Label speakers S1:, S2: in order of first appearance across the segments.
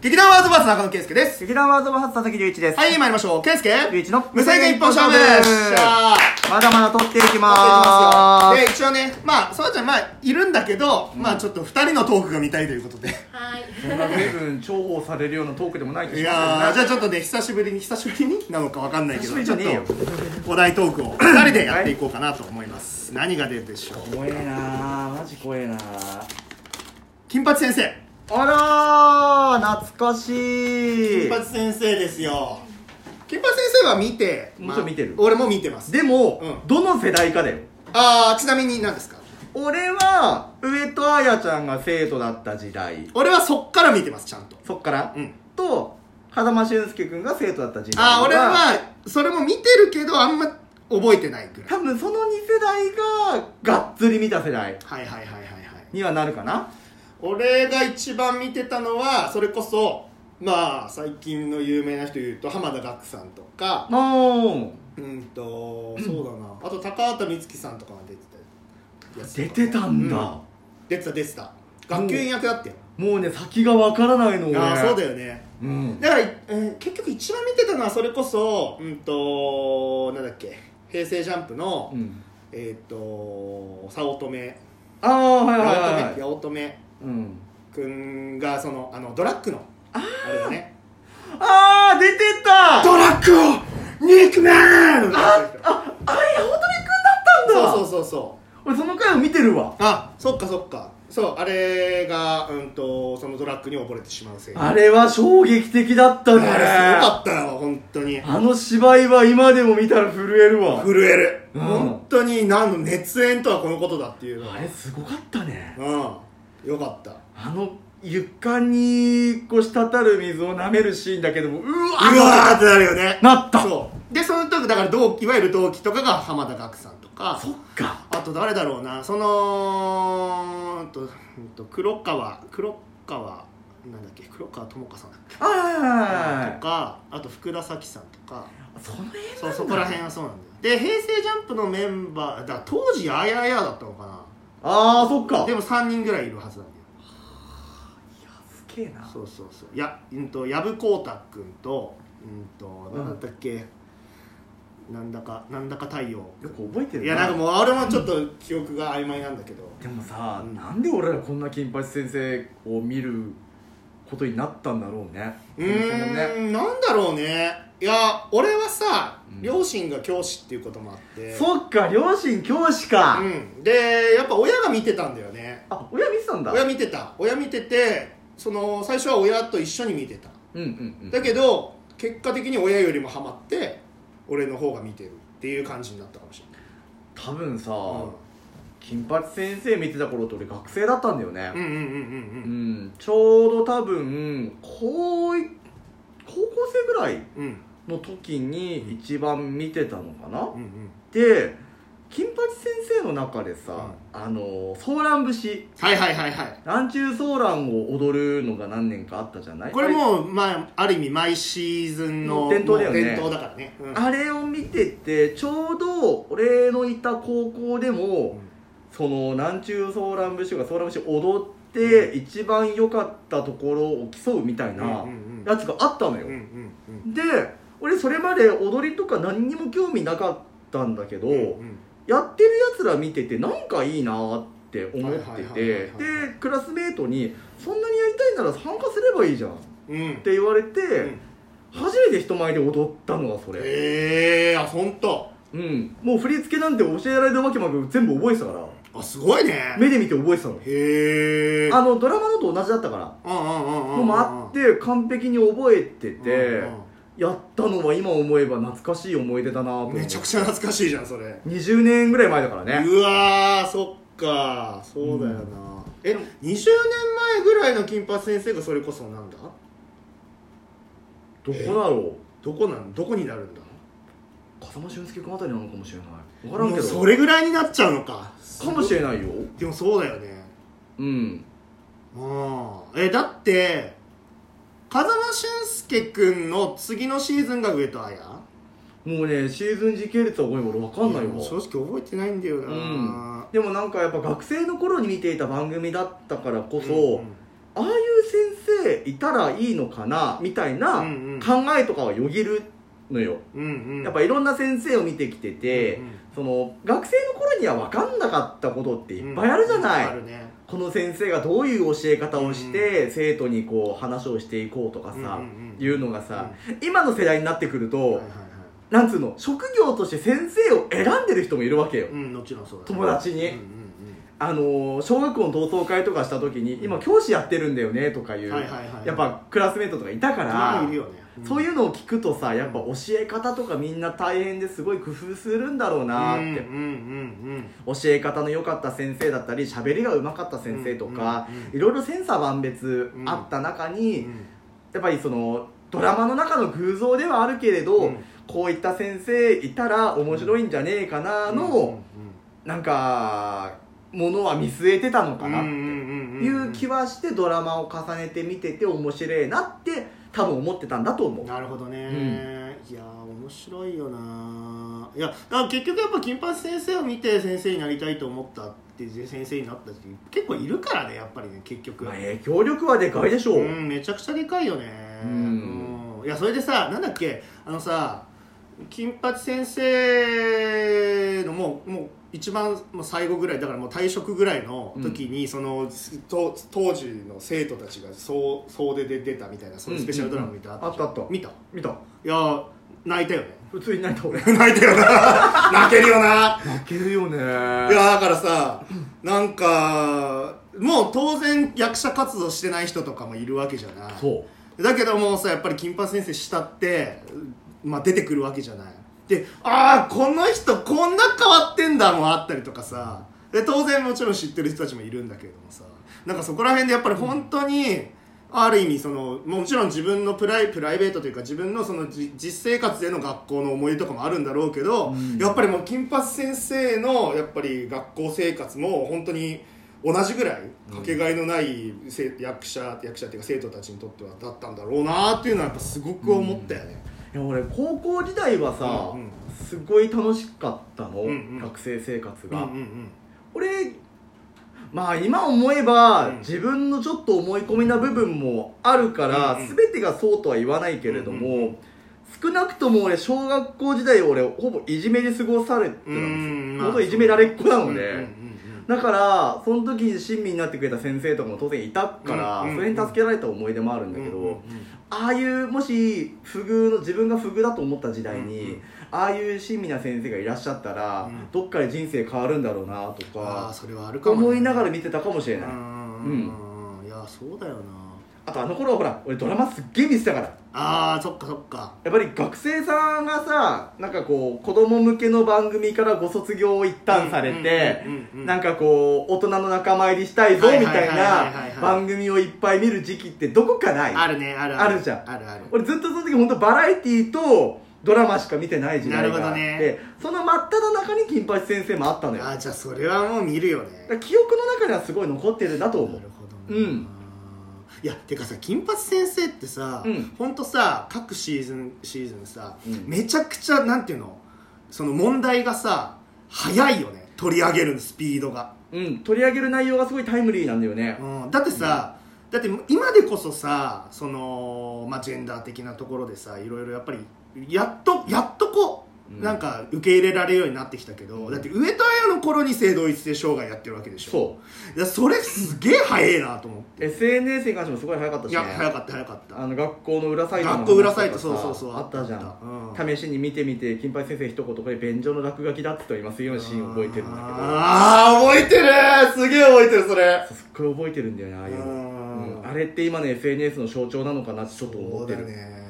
S1: 劇団ワーズバース中野圭介です
S2: 劇団ワードバーハッツ佐々木隆一です。
S1: はい参りましょう圭介
S2: 隆一の
S1: 無制限一本勝負よっしゃー
S2: まだまだ取っていきま
S1: やっ
S2: ー
S1: てい
S2: す。
S1: きますよで一応ねまあそうちゃんまあいるんだけど、まあちょっと二人のトークが見たいということで
S3: はい。
S4: そんな随分重宝されるようなトークでもない気が
S1: い
S4: し
S1: や
S4: ま
S1: ーじゃあちょっとね久しぶりに久しぶりになのかわかんないけど
S2: 久
S1: ち
S2: し
S1: ょ
S2: ぶ
S1: っ
S2: りじゃね
S1: とお題トークを二人でやっていこうかなと思います何が出るでしょう
S2: 怖えなーマジ怖えなー
S1: 金八先生
S2: あらー懐かしい
S1: 金八先生ですよ金八先生は見て
S4: もちろん見てる
S1: まあ俺も見てます
S2: でも、
S1: うん
S2: どの世代かだよ。
S1: ああちなみに何ですか
S2: 俺は、
S4: は上戸彩ちゃんが生徒だった時代
S1: 俺はそっから見てますちゃんと
S4: そっから、
S1: うん
S4: と風間俊介君が生徒だった時代
S1: ああ俺はそれも見てるけどあんま覚えてないくらい
S4: 多分その2世代ががっつり見た世代
S1: はいはいはいはいはい
S4: にはなるかな
S1: 俺が一番見てたのはそれこそまあ最近の有名な人言うと浜田岳さんとか
S4: お
S1: うんとそうだなあと高畑充希さんとかが出てたやつと
S4: 出
S1: か
S4: てたんだ、
S1: うん出てた出てた学級委員役だったよ
S4: もうね先がわからないの俺
S1: ああそうだ
S4: よ、
S1: よね
S4: うん、
S1: だから、えー結局一番見てたのはそれこそうんとなんだっけ平成ジャンプの、
S4: うん
S1: えっ、と早乙女
S4: ああはい
S1: 八
S4: はいはい
S1: 乙女
S4: はい
S1: 八乙女
S4: うん、
S1: くんがそのあのドラッグのあれだね
S4: ああ出てた
S1: ドラッグをニックナーあ
S4: あれ本当に君だったんだ
S1: そうそうそうそう
S4: 俺その回を見てるわ
S1: あそっかそっかそうあれがうんとそのドラッグに溺れてしまうせい
S4: あれは衝撃的だった
S1: あ
S4: ね
S1: れすごかったよ本当に
S4: あの芝居は今でも見たら震えるわ
S1: 震える、
S4: うん
S1: 本当に何の熱演とはこのことだっていうの
S4: あれすごかったね
S1: うんよかった
S4: あの床にこう滴る水を舐めるシーンだけどもうわ
S1: うわーってなるよね
S4: なった
S1: そうでその時だから同期いわゆる同期とかが浜田岳さんとか
S4: そっか
S1: あと誰だろうなそのうんとうんと黒川黒川なんだっけ黒川智香さんだっけ
S4: あ
S1: と
S4: あ
S1: かあと福田咲さんとか
S4: その辺
S1: そうそこら辺はそうなんだよで平成ジャンプのメンバーだから当時あややだったのか
S4: ああそっ
S1: な
S4: か
S1: でも3人ぐらいいるはずなんだよ
S4: すげえな
S1: そうそうそうやうんと藪光太君とうんと
S4: ん
S1: なんだっけ、なんだかなんだか太陽
S4: よく覚えてる
S1: いやなんかもう俺もちょっと記憶が曖昧なんだけど
S4: でもさ、
S1: うん
S4: なんで俺らこんな金八先生を見ることになったんだろうね
S1: う
S4: そもそも
S1: ー
S4: ね
S1: んなんだろうねいや俺はさ、
S4: うん
S1: 両親が教師っていうこともあって
S4: そっか両親教師か、
S1: うんでやっぱ親が見てたんだよね
S4: あ親見てたんだ
S1: 親見てた親見ててその最初は親と一緒に見てた
S4: うんうんうん
S1: だけど結果的に親よりもハマって俺の方が見てるっていう感じになったかもしれない
S4: 多分さ、金八先生見てた頃って俺学生だったんだよね
S1: うんうんうん
S4: うん、ちょうど多分高い高校生ぐらい
S1: うんうんうん
S4: の時に一番見てたのかな、
S1: うんうん
S4: で金八先生の中でさ、
S1: う
S4: あのソーラン節
S1: はいはいはいはい
S4: 南中ソーランを踊るのが何年かあったじゃない
S1: これもう、まあ、ある意味毎シーズンの
S4: 伝統だよね
S1: もう伝統だからね、うん
S4: あれを見ててちょうど俺のいた高校でも、
S1: ん
S4: その南中ソーラン節がソーラン節踊って一番良かったところを競うみたいな
S1: うんうんうん
S4: やつがあったのよ、
S1: うんうんうん
S4: で俺それまで踊りとか何にも興味なかったんだけど、
S1: うん
S4: やってるやつら見ててなんかいいなって思ってて
S1: はいはいはい
S4: で
S1: はいはい
S4: クラスメートに「そんなにやりたいなら参加すればいいじゃん」っ
S1: うん
S4: て言われて、
S1: ん
S4: 初めて人前で踊ったのがそれ、
S1: ええー、あ本当。
S4: うん、もう振り付けなんて教えられるわけもなく全部覚えてたから
S1: あすごいね
S4: 目で見て覚えてたの
S1: へえ
S4: あのドラマのと同じだったから
S1: うんうんうんうん
S4: のもあって完璧に覚えて
S1: うん
S4: て
S1: うん
S4: やったのは今思えば懐かしい思い出だなと思って
S1: めちゃくちゃ懐かしいじゃんそれ
S4: 20年ぐらい前だからね
S1: うわーそっかそうだよな、
S4: うん
S1: え20年前ぐらいの金八先生がそれこそなんだ
S4: どこだろ
S1: どこなんどこになるんだ
S4: う風間俊介君あたりなのかもしれない分からん
S1: も
S4: け
S1: う
S4: ど
S1: それぐらいになっちゃうのか
S4: かもしれないよ
S1: でもそうだよね
S4: うん
S1: ああえだって風間俊介君の次のシーズンが上戸彩
S4: もうねシーズン時系列はごめん俺分かんない
S1: やもう
S4: わ
S1: 正直覚えてないんだよな、
S4: うんでもなんかやっぱ学生の頃に見ていた番組だったからこそ、
S1: うん
S4: ああいう先生いたらいいのかなみたいな
S1: う
S4: 考
S1: んうん
S4: えとかはよぎるのよ、
S1: うんうん
S4: やっぱいろんな先生を見てきてて、
S1: うんうん
S4: その学生の頃には分かんなかったことっていっぱいあるじゃない、
S1: うんあるね
S4: この先生がどういう教え方をして、生徒にこう話をしていこうとかさ、
S1: うんうんうん
S4: いうのがさ、今の世代になってくると、
S1: はいはいはい
S4: なんつうの職業として先生を選んでる人もいるわけよ、
S1: うんもちろんそうだね
S4: 友達に
S1: うん
S4: あのー小学校の同窓会とかした時に今教師やってるんだよねとかい
S1: ん
S4: うう、
S1: うんはいはいはい
S4: やっぱクラスメートとかいた
S1: た
S4: か
S1: ま
S4: ら
S1: にいるよね
S4: そういううのを聞くとさやっぱ教え方とかみんな大変ですごい工夫するんだろうなって、
S1: うんうん
S4: 教え方の良かった先生だったり喋りが上手かった先生とか、
S1: うんうんうん
S4: いろいろ千差万別あった中に、
S1: うん
S4: やっぱりそのドラマの中の偶像ではあるけれど、
S1: うん
S4: こういった先生いたら面白いんじゃねえかなの、なんかものは見据えてたのかなっていう気
S1: は
S4: はしてドラマを重ねて見てて面白いなって多分思ってたんだと思う
S1: なるほどね、いやー面白いよないやだから結局やっぱ金八先生を見て先生になりたいと思ったって先生になった人結構いるからねやっぱりね結局、
S4: まあ影響力はでかいでしょう、
S1: うんめちゃくちゃでかいよね
S4: うん
S1: うんいやそれでさなんだっけあのさ金八先生のもうもう一番もう最後ぐらいだからもう退職ぐらいの時に、そのと当時の生徒たちが総総出で出たみたいなそういうスペシャルドラマみたいなの
S4: あったあった
S1: 見たい
S4: 見た
S1: や泣いたよ ね
S4: 普通に泣いた俺
S1: 泣いたよな 泣けるよな
S4: 泣けるよね
S1: いやだからさなんかもう当然役者活動してない人とかもいるわけじゃない
S4: そう
S1: だけどもさやっぱり金八先生慕って、まあ、出てくるわけじゃないでああこの人こんな変わってんだもあったりとかさで当然もちろん知ってる人たちもいるんだけれどもさなんかそこら辺でやっぱり本当に、ある意味そのもちろん自分のプライプライベートというか自分のそのじ実生活での学校の思い出とかもあるんだろうけど、
S4: うん
S1: やっぱりもう金八先生のやっぱり学校生活も本当に同じぐらいかけがえのないせ、役者役者っていうか生徒たちにとってはだったんだろうなっていうのはやっぱすごく思ったよね。
S4: いや俺高校時代はさ、
S1: うんうん
S4: すごい楽しかったの、
S1: うんうん
S4: 学生生活
S1: うん
S4: が、
S1: うんうん
S4: 俺まあ今思えば、
S1: うん
S4: 自分のちょっと思い込みな部分もあるから、
S1: うんうん
S4: 全てがそうとは言わないけれども、
S1: うんう
S4: 少なくとも俺小学校時代俺ほぼいじめに過ごされてた
S1: うんん
S4: です
S1: まあ
S4: よほんといじめられっ子な
S1: う
S4: ので、
S1: んうんうんうん
S4: だからその時に親身になってくれた先生とかも当然いたから、
S1: うんうんうん
S4: それに助けられた思い出もあるんだけど、
S1: うんうんうん
S4: ああいうもし不遇の自分が不遇だと思った時代に、
S1: うんうん
S4: ああいう親身な先生がいらっしゃったら、
S1: うん
S4: どっかで人生変わるんだろうなと
S1: ああ
S4: か
S1: それはあるかもね、
S4: 思いながら見てたかもしれ
S1: う
S4: ない、
S1: んうんうんいやそうだよな
S4: あとあの頃はほら俺ドラマすっげえ見てたからや
S1: ああそっかそっか
S4: っぱり学生さんがさなんかこう子供向けの番組からご卒業を一旦されて
S1: うんうんうんうん
S4: なんかこう大人の仲間入りしたいぞ
S1: はいはい
S4: み
S1: はいはい
S4: たい
S1: はい
S4: な番組をいっぱい見る時期ってどこかない
S1: あるねある
S4: あるじゃん
S1: あるある
S4: 俺ずっとその時本当バラエティーとドラマしか見てない時代があって、
S1: なる
S4: その真っ只中に金八先生もあったのよだ
S1: あ
S4: か
S1: ーじゃあそれはもう見るよね
S4: ら記憶の中にはすごい残ってるなと思
S1: な
S4: う
S1: るほど
S4: う
S1: ね
S4: ん
S1: いやてかさ金八先生ってさ、ほ
S4: うん
S1: ん、本当さ各シーズンシーズンさ、
S4: うん
S1: めちゃくちゃなんていうのその問題がさ早いよね取り上げるスピードが、
S4: うん取り上げる内容がすごいタイムリーなんだよね
S1: うん、だってさ、だって今でこそさその、まあ、ジェンダー的なところでさいろいろやっぱりやっとやっとこう、
S4: うん
S1: なんか受け入れられるようになってきたけど、だって上戸彩の頃に性同一性障害やってるわけでしょ
S4: そう
S1: いやそれすげえ早えなと思って
S4: SNS に関してもすごい早かったし
S1: い
S4: ね
S1: や早かった早かった
S4: あの学校の裏サイトの
S1: 学校裏サイト
S4: 話と
S1: そう
S4: かさ
S1: そうそう
S4: あったじゃ
S1: あっ
S4: ん
S1: たうん
S4: 試しに見てみて金八先生一言これ便所の落書きだって言われますようなシーン覚えてるんだけど
S1: ああ覚えてるすげえ覚えてるそれ
S4: そうすっごい覚えてるんだよねああいうの
S1: うん
S4: うんあれって今の SNS の象徴なのかなってちょっと思ってる
S1: そうだね
S4: うん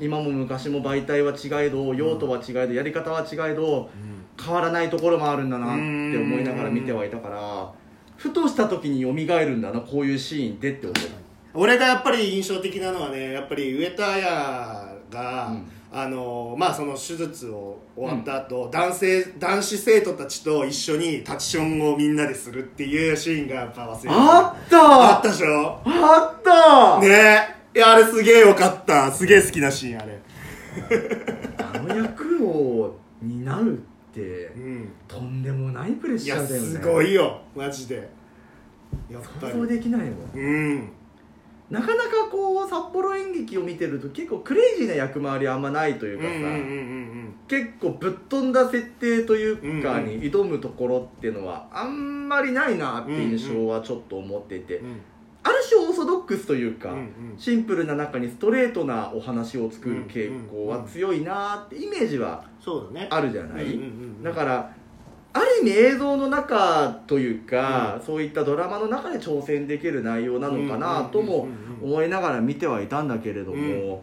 S4: 今も昔も媒体は違えど用途は違えどやり方は違えど変わらないところもあるんだなって思いながら見てはいたからふとした時に蘇るんだなこういうシーンでって思う
S1: 俺がやっぱり印象的なのはねやっぱり上田彩が、
S4: うん
S1: あのまあその手術を終わった後、男性男子生徒たちと一緒にタッチションをみんなでするっていうシーンがやっぱ忘れられない
S4: あっ
S1: あ
S4: た
S1: ったでしょ
S4: あった、
S1: ねえいやあれすげえよかったすげえ好きなシーンあれ
S4: あの役を担うって
S1: うん
S4: とんでもないプレッ
S1: い
S4: シャ
S1: や
S4: ーだよね
S1: すごいよマジでやっ
S4: 想
S1: ぱ
S4: 像
S1: り
S4: できないもん
S1: うん
S4: なかなかこう札幌演劇を見てると結構クレイジーな役回りあんまないといううんかさ、
S1: うんうん
S4: 結構ぶっ飛んだ設定というか
S1: うんうん
S4: に挑むところっていうのはあんまりないなっていう印象はちょっと思っていて、
S1: うんうん
S4: ある種オーソドックスというか、
S1: うんうん
S4: シンプルな中にストレートなお話を作る傾向は強いなってイメージは
S1: そうだね
S4: あるじゃない、
S1: うんうんうん
S4: だからある意味映像の中というか、そういったドラマの中で挑戦できる内容なのかなと
S1: う
S4: も
S1: んうんうんうん
S4: 思いながら見てはいたんだけれども、
S1: うん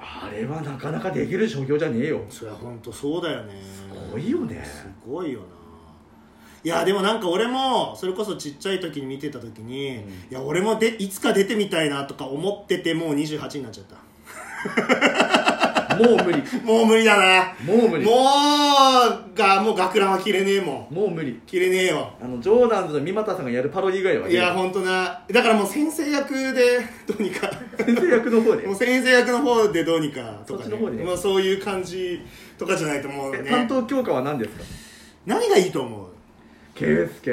S4: あれはなかなかできる所業じゃねえよ
S1: そりゃ本当そうだよね
S4: すごいよね
S1: すごいよないやでもなんか俺もそれこそちっちゃい時に見てた時に、
S4: う
S1: い
S4: ん
S1: や俺もでいつか出てみたいなとか思っててもう28になっちゃった
S4: もう無理
S1: もう無理だな
S4: もう無理
S1: も
S4: も
S1: うがもう学ランは着れねえもん
S4: う無理
S1: 着れねえよ
S4: あのジョーダンズの三股さんがやるパロディ以外はい
S1: や本当なだからもう先生役でどうにか
S4: 先生役の方で
S1: もう先生役の方でどうにかとか、
S4: そっちの方でね
S1: もうそういう感じとかじゃないともう
S4: 担
S1: ね
S4: 当教科は何ですか
S1: 何がいいと思う
S4: 圭介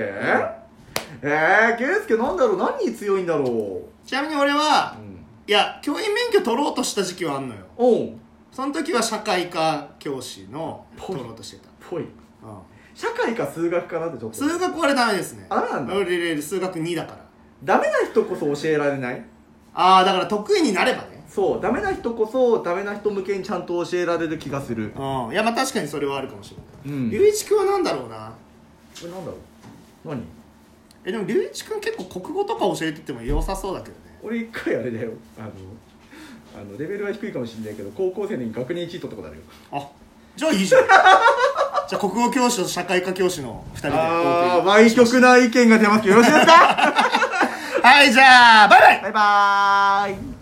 S4: えー、圭介なんだろう何に強いんだろ
S1: ちなみに俺は
S4: う、うん
S1: いや教員免許取ろうとした時期はあんのよ
S4: おう
S1: その時は社会科教師の
S4: ぽい
S1: 取ろうとしてた、
S4: ぽい
S1: うん
S4: 社会か数学かなってちょっと
S1: 数学は俺ダメですね
S4: あなんだ
S1: 俺俺数学2だから
S4: ダメな人こそ教えられない
S1: ああだから得意になればね
S4: そうダメな人こそダメな人向けにちゃんと教えられる気がする
S1: うんいやまあ確かにそれはあるかもしれない、
S4: うん
S1: 龍一君は何だろうな
S4: これなんだろう何
S1: えでも龍一君結構国語とか教えてても良さそうだけどね
S4: 俺一回あれだよあのあのレベルは低いかもしれないけど高校生の時に学年1位取ったことあるよ
S1: あじゃあいい じゃんじゃあ国語教師と社会科教師の2人で
S4: ああ歪曲な意見が出ますよろしいですか
S1: はいじゃあバイバイ
S4: バイバーイ